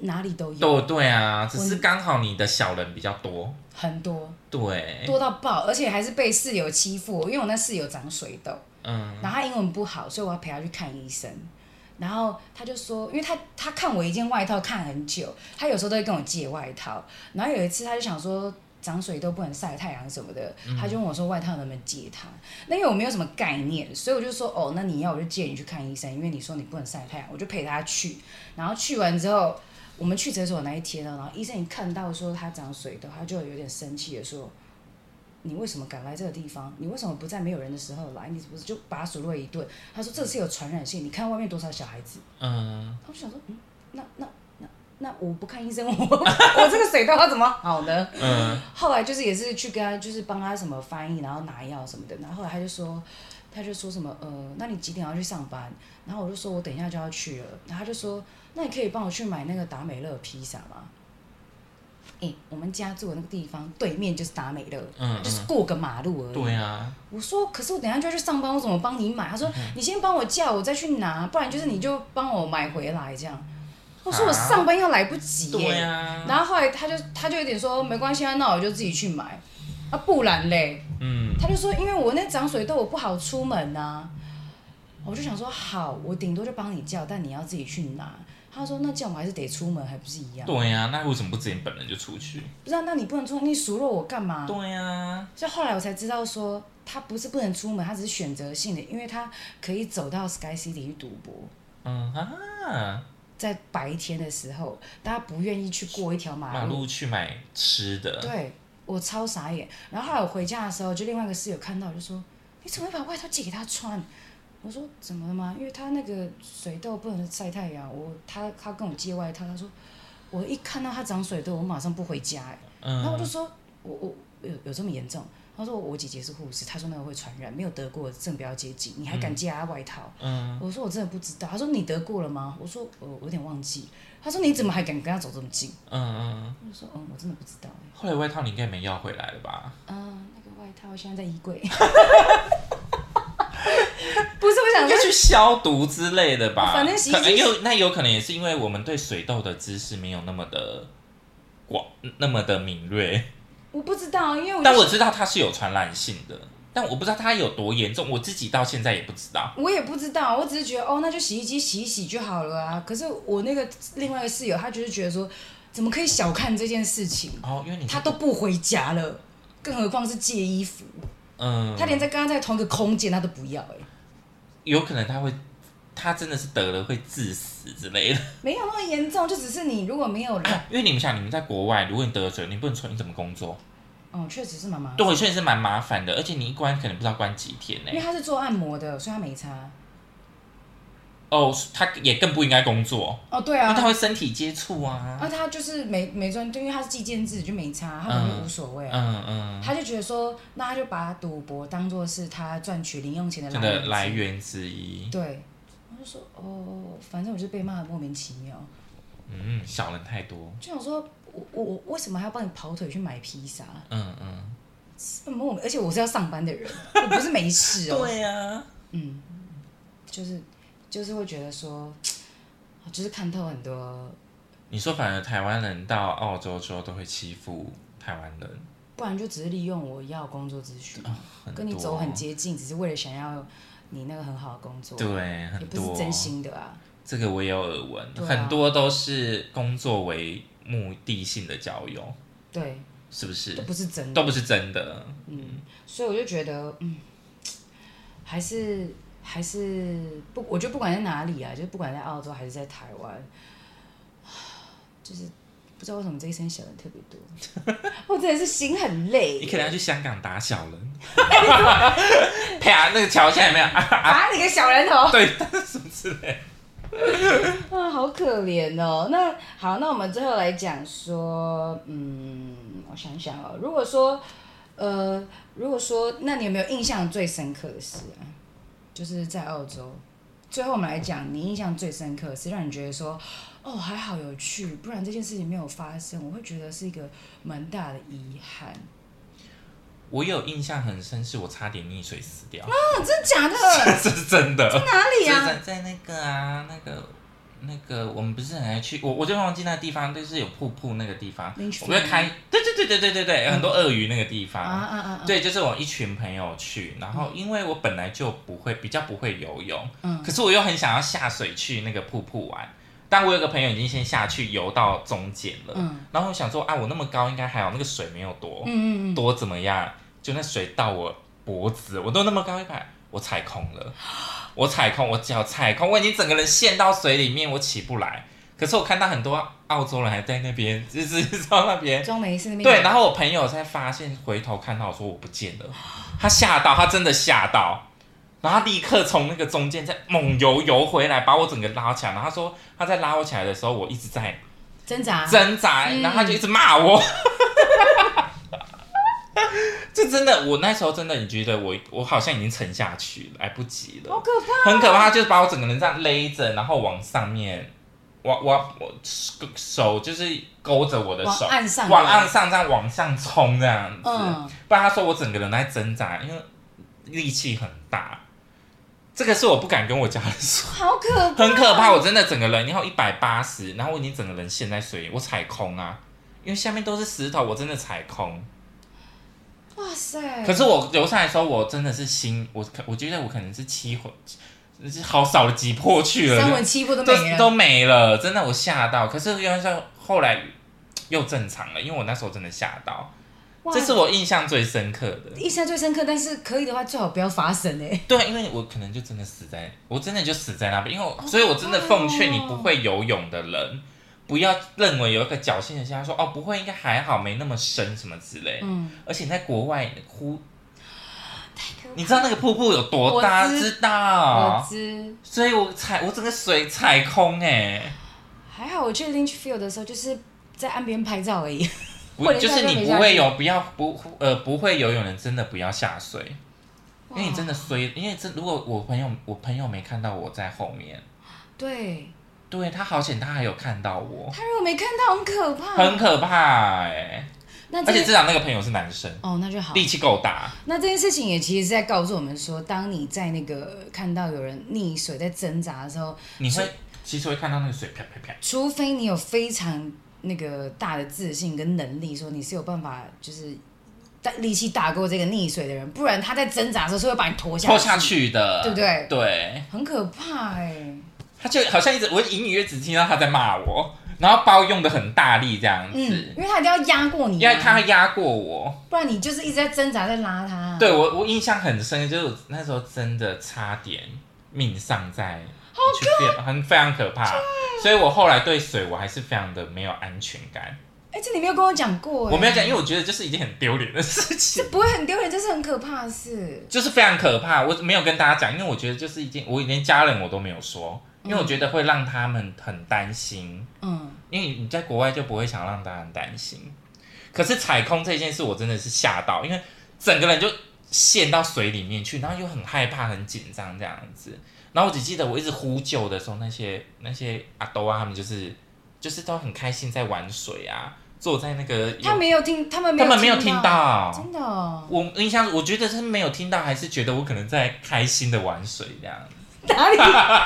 A: 哪里都有，
B: 对对啊，只是刚好你的小人比较多，
A: 很多
B: 对，
A: 多到爆，而且还是被室友欺负，因为我那室友长水痘，
B: 嗯
A: 然后他英文不好，所以我要陪他去看医生。然后他就说，因为他他看我一件外套看很久，他有时候都会跟我借外套。然后有一次他就想说长水痘不能晒太阳什么的，他就问我说外套能不能借他？那因为我没有什么概念，所以我就说哦，那你要我就借你去看医生，因为你说你不能晒太阳，我就陪他去。然后去完之后，我们去诊所那一天哦呢，然后医生一看到说他长水痘，他就有点生气的说。你为什么敢来这个地方？你为什么不在没有人的时候来？你不是就把他数落一顿？他说这是有传染性，你看外面多少小孩子。
B: 嗯，
A: 他就想说，嗯，那那那那我不看医生，我我这个水痘要怎么好呢？
B: 嗯，
A: 后来就是也是去跟他，就是帮他什么翻译，然后拿药什么的。然后后来他就说，哦他就说什么呃，那你几点要去上班？然后我就说我等一下就要去了。然后他就说，那你可以帮我去买那个达美乐披萨吗？诶，我们家住的那个地方对面就是达美乐，
B: 嗯嗯
A: 就是过个马路而已。
B: 对嗯啊，
A: 我说，可是我等一下就要去上班，我怎么帮你买？他说，你先帮我叫，我再去拿，不然就是你就帮我买回来这样。我说我
B: 啊
A: 上班要来不及耶、
B: 对啊，
A: 然后后来他就他就有点说没关系啊，那我就自己去买，啊不然嘞，
B: 嗯
A: 他就说因为我那长水痘我不好出门呐、我就想说好，我顶多就帮你叫，但你要自己去拿。他说那这样我还是得出门，还不是一样？
B: 对啊，那为什么不自己本人就出去？
A: 不是、啊，那你不能出，你数落我干嘛？
B: 对啊，
A: 所以后来我才知道说，他不是不能出门，他只是选择性的，因为他可以走到 Sky City 去赌博，
B: 嗯啊，
A: 在白天的时候，大家不愿意去过一条马
B: 马
A: 路。
B: 路去买吃的，
A: 对我超傻眼。然后后来我回家的时候，就另外一个室友看到，就说：“你怎么会把外套借给他穿？”我说：“怎么了吗？因为他那个水痘不能晒太阳，我他他跟我借外套，他说我一看到他长水痘，我马上不回家、欸。”然后我就
B: 嗯，
A: 说，我我有有这么严重？他说我姐姐是护士，她说那个会传染，没有得过真的不要接近，你还敢借她外套？
B: 嗯，
A: 我说我真的不知道。他说你得过了吗？我说呃我有点忘记。他说你怎么还敢跟她走这么近？
B: 嗯嗯，
A: 我就说嗯我真的不知道欸
B: 后来外套你应该没要回来了吧？
A: 嗯，那个外套现在在衣柜。 不是我
B: 应
A: 想说
B: 该，去消毒之类的吧。
A: 反正洗衣机
B: 可能有那有可能也是因为我们对水痘的知识没有那么的广，那么的敏锐。
A: 我不知道，因为我
B: 但
A: 就
B: 我知道它是有传染性的，但我不知道它有多严重，我自己到现在也不知道。
A: 我也不知道，我只是觉得哦，那就洗衣机洗一洗就好了啊。可是我那个另外一个室友，他就是觉得说，怎么可以小看这件事情？
B: 哦，因为你
A: 他都不回家了，更何况是借衣服，
B: 嗯，
A: 他连在跟他在同一个空间他都不要哎、欸，
B: 有可能他会，他真的是得了会致死之类的。
A: 没有那么严重，就只是你如果没有来，
B: 因为你们想，你们在国外，如果你得了水，你不能出，你怎么工作？
A: 哦，确实是妈妈，
B: 对，所以是蛮麻烦的，而且你一关可能不知道关几天呢、
A: 因为他是做按摩的，所以他没擦。
B: 哦，他也更不应该工作，
A: 哦，对
B: 因为
A: 啊
B: 他，会身体接触
A: 那
B: 啊。
A: 他就是没没专，因为他是计件制就没擦，他们就
B: 嗯
A: 无所谓啊。
B: 嗯嗯。
A: 他就觉得说，那他就把赌博当做是他赚取零用钱的
B: 啊真
A: 来源
B: 的
A: 之一
B: 来源之一。
A: 对，我就说哦，反正我就被骂的莫名其妙，
B: 嗯，小人太多。
A: 就想说我我我为什么还要帮你跑腿去买披萨？
B: 嗯嗯，
A: 这么莫名，而且我是要上班的人，我不是没事哦、
B: 对啊，
A: 嗯，就是就是会觉得说，就是看透很多
B: 你说反而台湾人到澳洲之后都会欺负台湾人，
A: 不然就只是利用我要工作资讯，
B: 很多
A: 跟你走很接近，只是为了想要你那个很好的工作，
B: 对，
A: 也
B: 很
A: 不
B: 多
A: 是真心的啊。
B: 这个我也有耳闻，
A: 对啊
B: 很多都是工作为目的性的交友，
A: 对，
B: 是不是
A: 都？不是真的，
B: 都不是真的，
A: 所以我就觉得，嗯，还是还是不，我觉得不管在哪里啊，就是不管在澳洲还是在台湾，就是不知道为什么这一生小人特别多， 我真的是心很累
B: 你。可能要去香港打小 人， 啪，那个桥下有没有？啊
A: 啊，你个小人 头！
B: 对，什么之 类的。
A: 啊，好可怜哦。那好，那我们最后来讲说，嗯，我想想哦，如果说，呃，如果说，那你有没有印象最深刻的事啊？就是在澳洲。最后我们来讲，你印象最深刻的事，让你觉得说，哦，还好有去，不然这件事情没有发生，我会觉得是一个蛮大的遗憾。
B: 我有印象很深，是我差点溺水死掉，
A: 哦，真的假的？
B: 这 是真的。
A: 哪里
B: 是
A: 啊？
B: 在在那个啊，那个那个，我们不是很爱去，我我就忘记那个地方，就是有瀑布那个地方，
A: Lynchfield
B: 我们会开，对对对对对对对，很多鳄鱼那个地
A: 啊
B: 方。
A: 啊啊！嗯啊，
B: 对，就是我一群朋友去，然后因为我本来就不会，比较不会游泳，
A: 嗯
B: 可是我又很想要下水去那个瀑布玩，但我有个朋友已经先下去游到中间了，
A: 嗯
B: 然后我想说啊，我那么高应该还好，那个水没有多、
A: 嗯嗯嗯，
B: 多怎么样，就那水到我脖子，我都那么高一百，我踩空了，我踩空，我脚踩空，我已经整个人陷到水里面，我起不来。可是我看到很多澳洲人还在那边，就是 到那边
A: 中美是那边
B: 对，然后我朋友才发现，回头看到我说我不见了，他吓到，他真的吓到，然后他立刻从那个中间再猛游游回来，把我整个拉起来。然后他说他在拉我起来的时候，我一直在
A: 挣扎，
B: 挣扎，
A: 嗯
B: 然后他就一直骂我。 这真的，我那时候真的，你觉得我我好像已经沉下去了，来不及了
A: 好，可怕。
B: 很可怕，他就是把我整个人这样勒着，然后往上面，我我我手就是勾着我的
A: 往
B: 手，
A: 岸上
B: 往
A: 游
B: 岸上这样往上冲这样子。
A: 嗯
B: 不然他说我整个人在挣扎，因为力气很大。这个是我不敢跟我家人说，
A: 好可怕，
B: 很可怕。我真的整个人，然后一百八十，然后我已经整个人陷在水里，我踩空啊，因为下面都是石头，我真的踩空。
A: 哇塞！
B: 可是我游上来的时候，我真的是心，我可我觉得我可能是七回，就是好少了几破去了，
A: 三文七步都没
B: 都
A: 了，
B: 都没了，真的我吓到。可是原来是后来又正常了，因为我那时候真的吓到。
A: 哇
B: 这是我印象最深刻的。
A: 印象最深刻，但是可以的话最好不要发生 哎、
B: 对，因为我可能就真的死在，我真的就死在那边，因为我
A: 好
B: 所以，我真的奉劝你
A: 可怕哦
B: 不会游泳的人，不要认为有一个侥幸的心态，说哦不会应该还好，没那么深什么之类。
A: 嗯，
B: 而且你在国外呼，
A: 嗯
B: 你知道那个瀑布有多
A: 我
B: 大？
A: 知
B: 知道啊
A: 我，知，
B: 所以我踩我整个水踩空哎、
A: 还好我去 Lynchfield 的时候就是在岸边拍照而已。
B: 不
A: 我连
B: 就是
A: 下都
B: 你
A: 没
B: 不
A: 下
B: 会
A: 去
B: 游，不要不呃不会游泳的人真的不要下水，因为你
A: 哇
B: 真的衰，因为这如果我朋友我朋友没看到我在后面。
A: 对
B: 对他好险，他还有看到我，
A: 他如果没看到，很可怕。
B: 很可怕哎、
A: 啊那这
B: 而且
A: 件
B: 至少那个朋友是男生，
A: 哦，那就好。
B: 力气够大。
A: 那这件事情也其实是在告诉我们说，当你在那个看到有人溺水在挣扎的时候，
B: 你会其实会看到那个水啪啪啪。
A: 除非你有非常那个大的自信跟能力，说你是有办法就是大力气打过这个溺水的人，不然他在挣扎的时候是会把你拖下
B: 拖下，去的，
A: 对不对？
B: 对，
A: 很可怕哎、
B: 他就好像一直，我隐隐约只听到他在骂我，然后把我用的很大力这样
A: 嗯
B: 子，，
A: 因为他一定要压过你、
B: 因
A: 啊，
B: 为他压过我。
A: 不然你就是一直在挣扎在拉他、啊。
B: 对我，我印象很深，就是我那时候真的差点命丧在，去变很非常可怕。所以我后来对水我还是非常的没有安全感。
A: 哎、这你没有跟我讲过、哎
B: 我没有讲，因为我觉得就是一件很丢脸的事 情
A: 这。不会很丢脸，这是很可怕的事。
B: 就是非常可怕。我没有跟大家讲，因为我觉得就是一件，我连家人我都没有说，因为我觉得会让他们很担心，
A: 嗯，
B: 因为你在国外就不会想让大家很担心。可是踩空这件事，我真的是吓到，因为整个人就陷到水里面去，然后又很害怕、很紧张这样子。然后我只记得我一直呼救的时候，那些那些阿兜啊，他们就是就是都很开心在玩水啊，坐在那个
A: 他没有听，他们没
B: 他
A: 有，
B: 们没有听到，
A: 真的哦、
B: 我印象，我觉得是没有听到，还是觉得我可能在开心的玩水这样。
A: 哪里？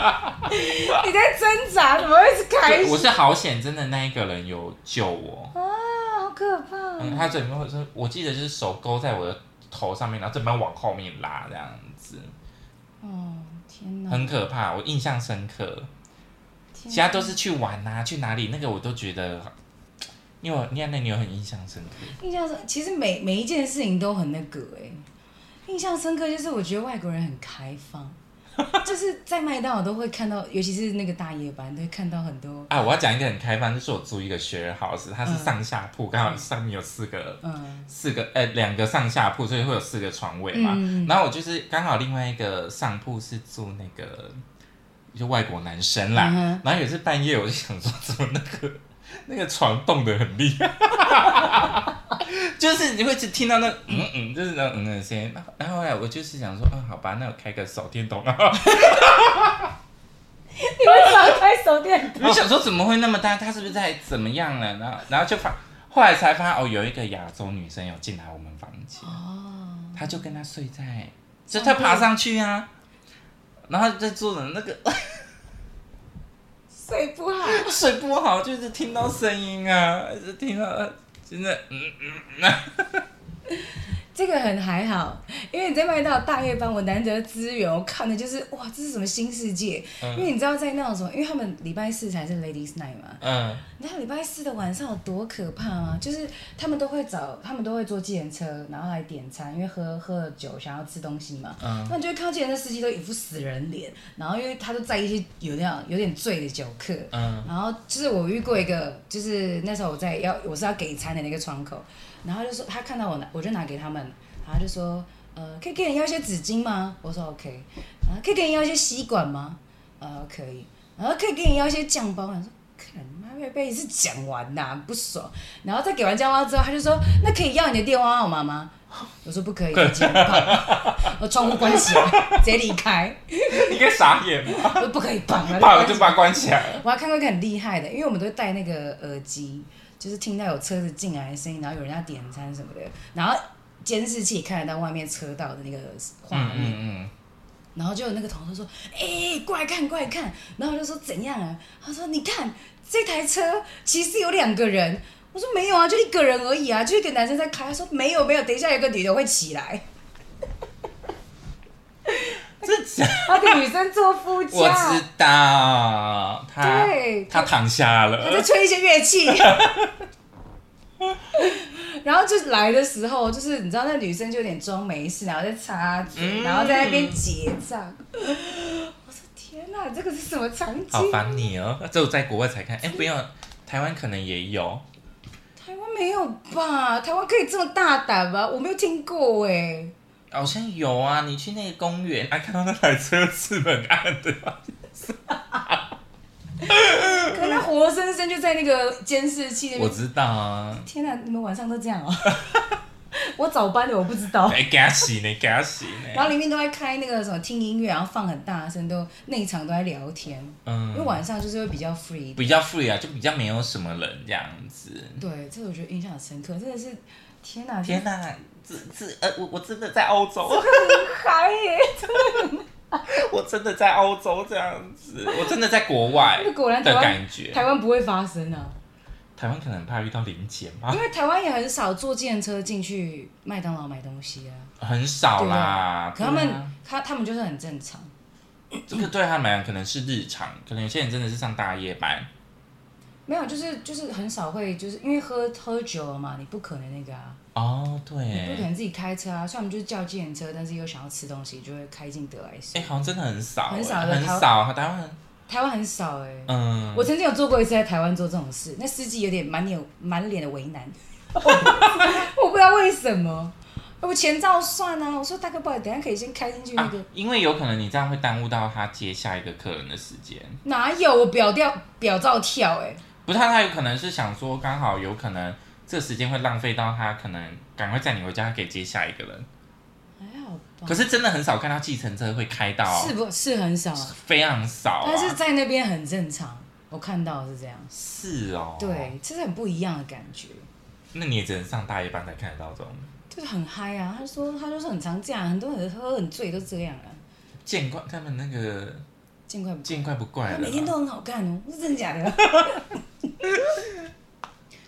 A: 你在挣扎？怎么会是开
B: 对，
A: 心
B: 我是好险，真的那一个人有救我。
A: 啊？好可怕哦！
B: 嗯，他准备会是，我记得就是手勾在我的头上面，然后这边往后面拉这样子，
A: 哦，天哪！
B: 很可怕，我印象深刻。
A: 天
B: 其他都是去玩啊，去哪里那个我都觉得，因为我你看那你有很印象深刻，
A: 印象深，其实每每一件事情都很那个哎、印象深刻就是我觉得外国人很开 放，就是在麦当劳都会看到，尤其是那个大夜班都会看到很多，
B: 啊，我要讲一个很开放，就是我租一个 share house，它是上下铺，刚、好上面有四个
A: 嗯
B: 四个呃两个上下铺，所以会有四个床位嘛。
A: 嗯
B: 然后我就是刚好另外一个上铺是住那个就外国男生啦，
A: 嗯哼
B: 然后有一次半夜我就想说怎么那个 那个床动得很厉害， 就是你会只听到那嗯嗯就是那嗯的声音，然后后来我就是想说嗯好吧，那我开个手电 筒，啊
A: 你为什么要开手电
B: 我想说怎么会那么大？他是不是在怎么样了？然后然后就发，后来才发现哦，有一个亚洲女生有进来我们房间，
A: 哦，
B: 她就跟她睡在，就她爬上去啊，然后在做的那个
A: 睡不好，
B: 睡不好，就是听到声音啊，就听到呃真的嗯
A: 这个很还好，因为你在麦当劳大夜班，我难得资源，我看的就是哇，这是什么新世界？因为你知道在那种什么，因为他们礼拜四才是 Ladies Night 嘛，
B: 嗯
A: 你知道礼拜四的晚上有多可怕吗？就是他们都会找，他们都会坐计程车，然后来点餐，因为喝喝了酒想要吃东西嘛。
B: 嗯
A: 那你就会看到计程车司机都一副死人脸，然后因为他都在一些有点有点醉的酒客。
B: 嗯
A: 然后就是我遇过一个，就是那时候我在要我是要给餐的那个窗口，然后他就说他看到我拿，我就拿给他们，然后他就说呃可以跟你要一些纸巾吗？我说 OK，然后可以跟你要一些吸管吗？呃可以，然后可以跟你要一些酱包吗，我说。看妈被被是讲完呐、不爽。然后再给完酱包之后，他就说：“那可以要你的电话号码吗？”我说：“不可以，我今天胖。”我窗户关起来，直接离开。
B: 你该傻眼吧，
A: 我说：“不可以绑啊！”
B: 怕我就把它关起来了。
A: 我还看过一个很厉害的，因为我们都会戴那个耳机，就是听到有车子进来的声音，然后有人要点餐什么的，然后监视器也看得到外面车道的那个画
B: 嗯
A: 面，
B: 嗯
A: 然后就有那个同事说：“哎、过来看，过来看。”然后我就说：“怎样啊？”他说：“你看这台车其实有两个人。”我说：“没有啊，就一个人而已啊，就一个男生在开。”他说：“没有，没有，等一下有一个女的会起来，
B: 嗯， 这假
A: 他给女生做副
B: 我
A: 驾。”
B: 知道，他
A: 对
B: 他躺下
A: 他在
B: 了，
A: 吹一些乐器。 然后就是来的时候，就是你知道那女生就有点装没事，然后在插嘴，
B: 嗯
A: 然后在那边结账。我说天哪，这个是什么场景？
B: 好烦你哦！这我在国外才看，哎，不用，台湾可能也有，
A: 台湾没有吧？台湾可以这么大胆吗？我没有听过哎、
B: 好像有啊。你去那个公园，啊，看到那台车是很暗的，
A: 可能他活生生就在那个监视器那
B: 我
A: 边。
B: 知道啊。
A: 天哪，你们晚上都这样哦、 我早班的我不知道。
B: 哎，给他洗呢，给他洗
A: 然
B: 呢。
A: 后里面都在开那个什么听音乐，然后放很大声，都那一场都在聊天。因为
B: 嗯，
A: 晚上就是会比较 free 一点。
B: 比较 free 啊，就比较没有什么人这样子。
A: 对，这个我觉得印象很深刻，真的是天哪，
B: 天哪、这这呃，我我真的在欧洲。
A: 很嗨耶！
B: 我真的在欧洲这样子，我真的在国外
A: 果然
B: 的
A: 台
B: 感
A: 湾
B: 觉。
A: 台湾不会发生啊，
B: 台湾可能怕遇到零检吧
A: 因，为台湾也很少坐计程车进去麦当劳买东西啊。
B: 很少啦。
A: 可他们、
B: 对啊
A: 他他们就是很正常，
B: 这个对他们来讲可能是日常，可能有些人真的是上大夜班。
A: 没有就是就是很少会就是因为喝喝酒了嘛，你不可能那个啊，
B: 哦，
A: 你不可
B: 对，
A: 能自己开车啊。所以我们就是叫计程车，但是又想要吃东西，就会开进得来速。
B: 哎，好像真的很少，
A: 很少
B: 哎
A: 的
B: 很少。台湾，
A: 台湾很少哎、
B: 嗯，
A: 我曾经有做过一次在台湾做这种事，那司机有点满脸满脸的为 难，我不知道为什么。我钱照算啊，我说大哥不好意思，等一下可以先开进去那
B: 啊
A: 个、，
B: 因为有可能你这样会耽误到他接下一个客人的时间。
A: 哪有我表掉表照跳哎、
B: 不是他，他有可能是想说，刚好有可能这时间会浪费到他，可能赶快载你回家，他可以接下一个人。
A: 还好吧
B: 可，是真的很少看到计程车会开到，
A: 哦
B: 哦
A: 是不是很少、啊，
B: 非常少、啊。
A: 但是在那边很正常，我看到是这样，
B: 是哦，，
A: 对，这是很不一样的感觉，
B: 那你也只能上大夜班才看得到这种
A: 就是很嗨啊。他说他就是很常这样，很多人喝很醉都这样啊。
B: 见惯他们那个
A: 见怪不怪。
B: 见怪不怪
A: 他
B: 了啦。
A: 每天都很好看哦，是 真的假的？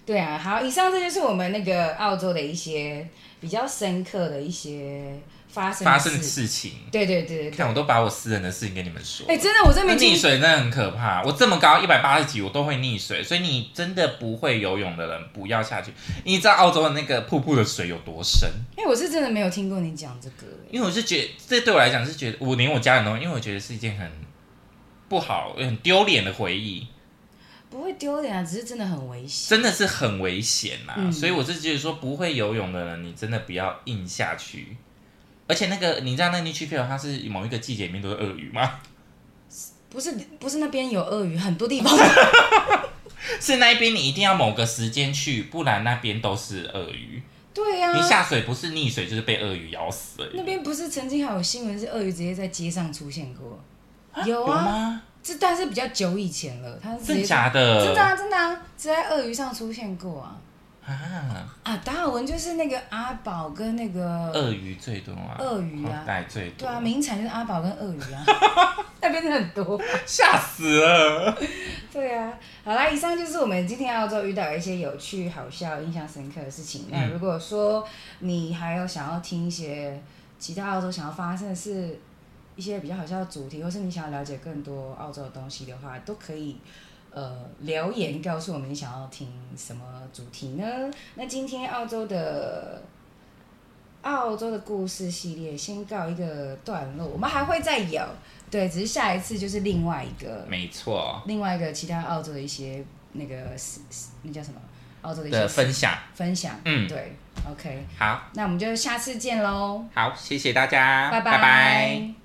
A: 对啊，好，以上这就是我们那个澳洲的一些比较深刻的一些发生
B: 发
A: 的
B: 生的
A: 事。
B: 事情，
A: 对对对对
B: 你
A: 对，
B: 看我都把我私人的事情跟你们说。
A: 哎、真的，我真
B: 那
A: 没
B: 溺
A: 听。
B: 水真的很可怕，我这么高一百八十几，我都会溺水，所以你真的不会游泳的人不要下去。你知道澳洲的那个瀑布的水有多深？
A: 哎、我是真的没有听过你讲这个、哎
B: 因为我是觉得，这对我来讲是觉得，我连我家人都，因为我觉得是一件很不好、很丢脸的回忆，
A: 不会丢脸啊，只是真的很危险。
B: 真的是很危险呐、
A: 嗯
B: 所以我是觉得说，不会游泳的人，你真的不要硬下去。而且那个，你知道那个 Nichi p i 它是某一个季节里面都是鳄鱼吗？
A: 不是不是那边有鳄鱼，很多地 方
B: 是那一边你一定要某个时间去，不然那边都是鳄鱼。
A: 对呀、
B: 你
A: 啊，
B: 下水不是溺水，就是被鳄鱼咬死而已。
A: 那边不是曾经还有新闻是鳄鱼直接在街上出现过？
B: 有
A: 有啊，
B: 吗？
A: 这但是比较久以前了，它是直
B: 真
A: 接
B: 的假的？
A: 真的啊，真的啊，只在鳄鱼上出现过啊
B: 啊！
A: 啊！达尔文就是那个阿宝跟那个，
B: 鳄鱼最多啊，
A: 鳄鱼啊
B: 黄带最多，
A: 对啊，名产就是阿宝跟鳄鱼 啊，那边真的很多。
B: 吓死了。
A: 对啊，好啦，以上就是我们今天澳洲遇到的一些有趣、好笑、印象深刻的事情。那
B: 嗯
A: 如果说你还有想要听一些其他澳洲想要发生的事，一些比较好笑的主题，或是你想要了解更多澳洲的东西的话，都可以。呃，留言告诉我们你想要听什么主题呢？那今天澳洲的澳洲的故事系列先告一个段落，我们还会再有，对，只是下一次就是另外一个
B: 没错
A: 另外一个其他澳洲的一些那个是是那叫什么澳洲的一些
B: 的分享，
A: 分享，
B: 嗯，
A: 对，OK，
B: 好
A: 那我们就下次见喽，
B: 好，谢谢大家，
A: 拜
B: 拜拜
A: 拜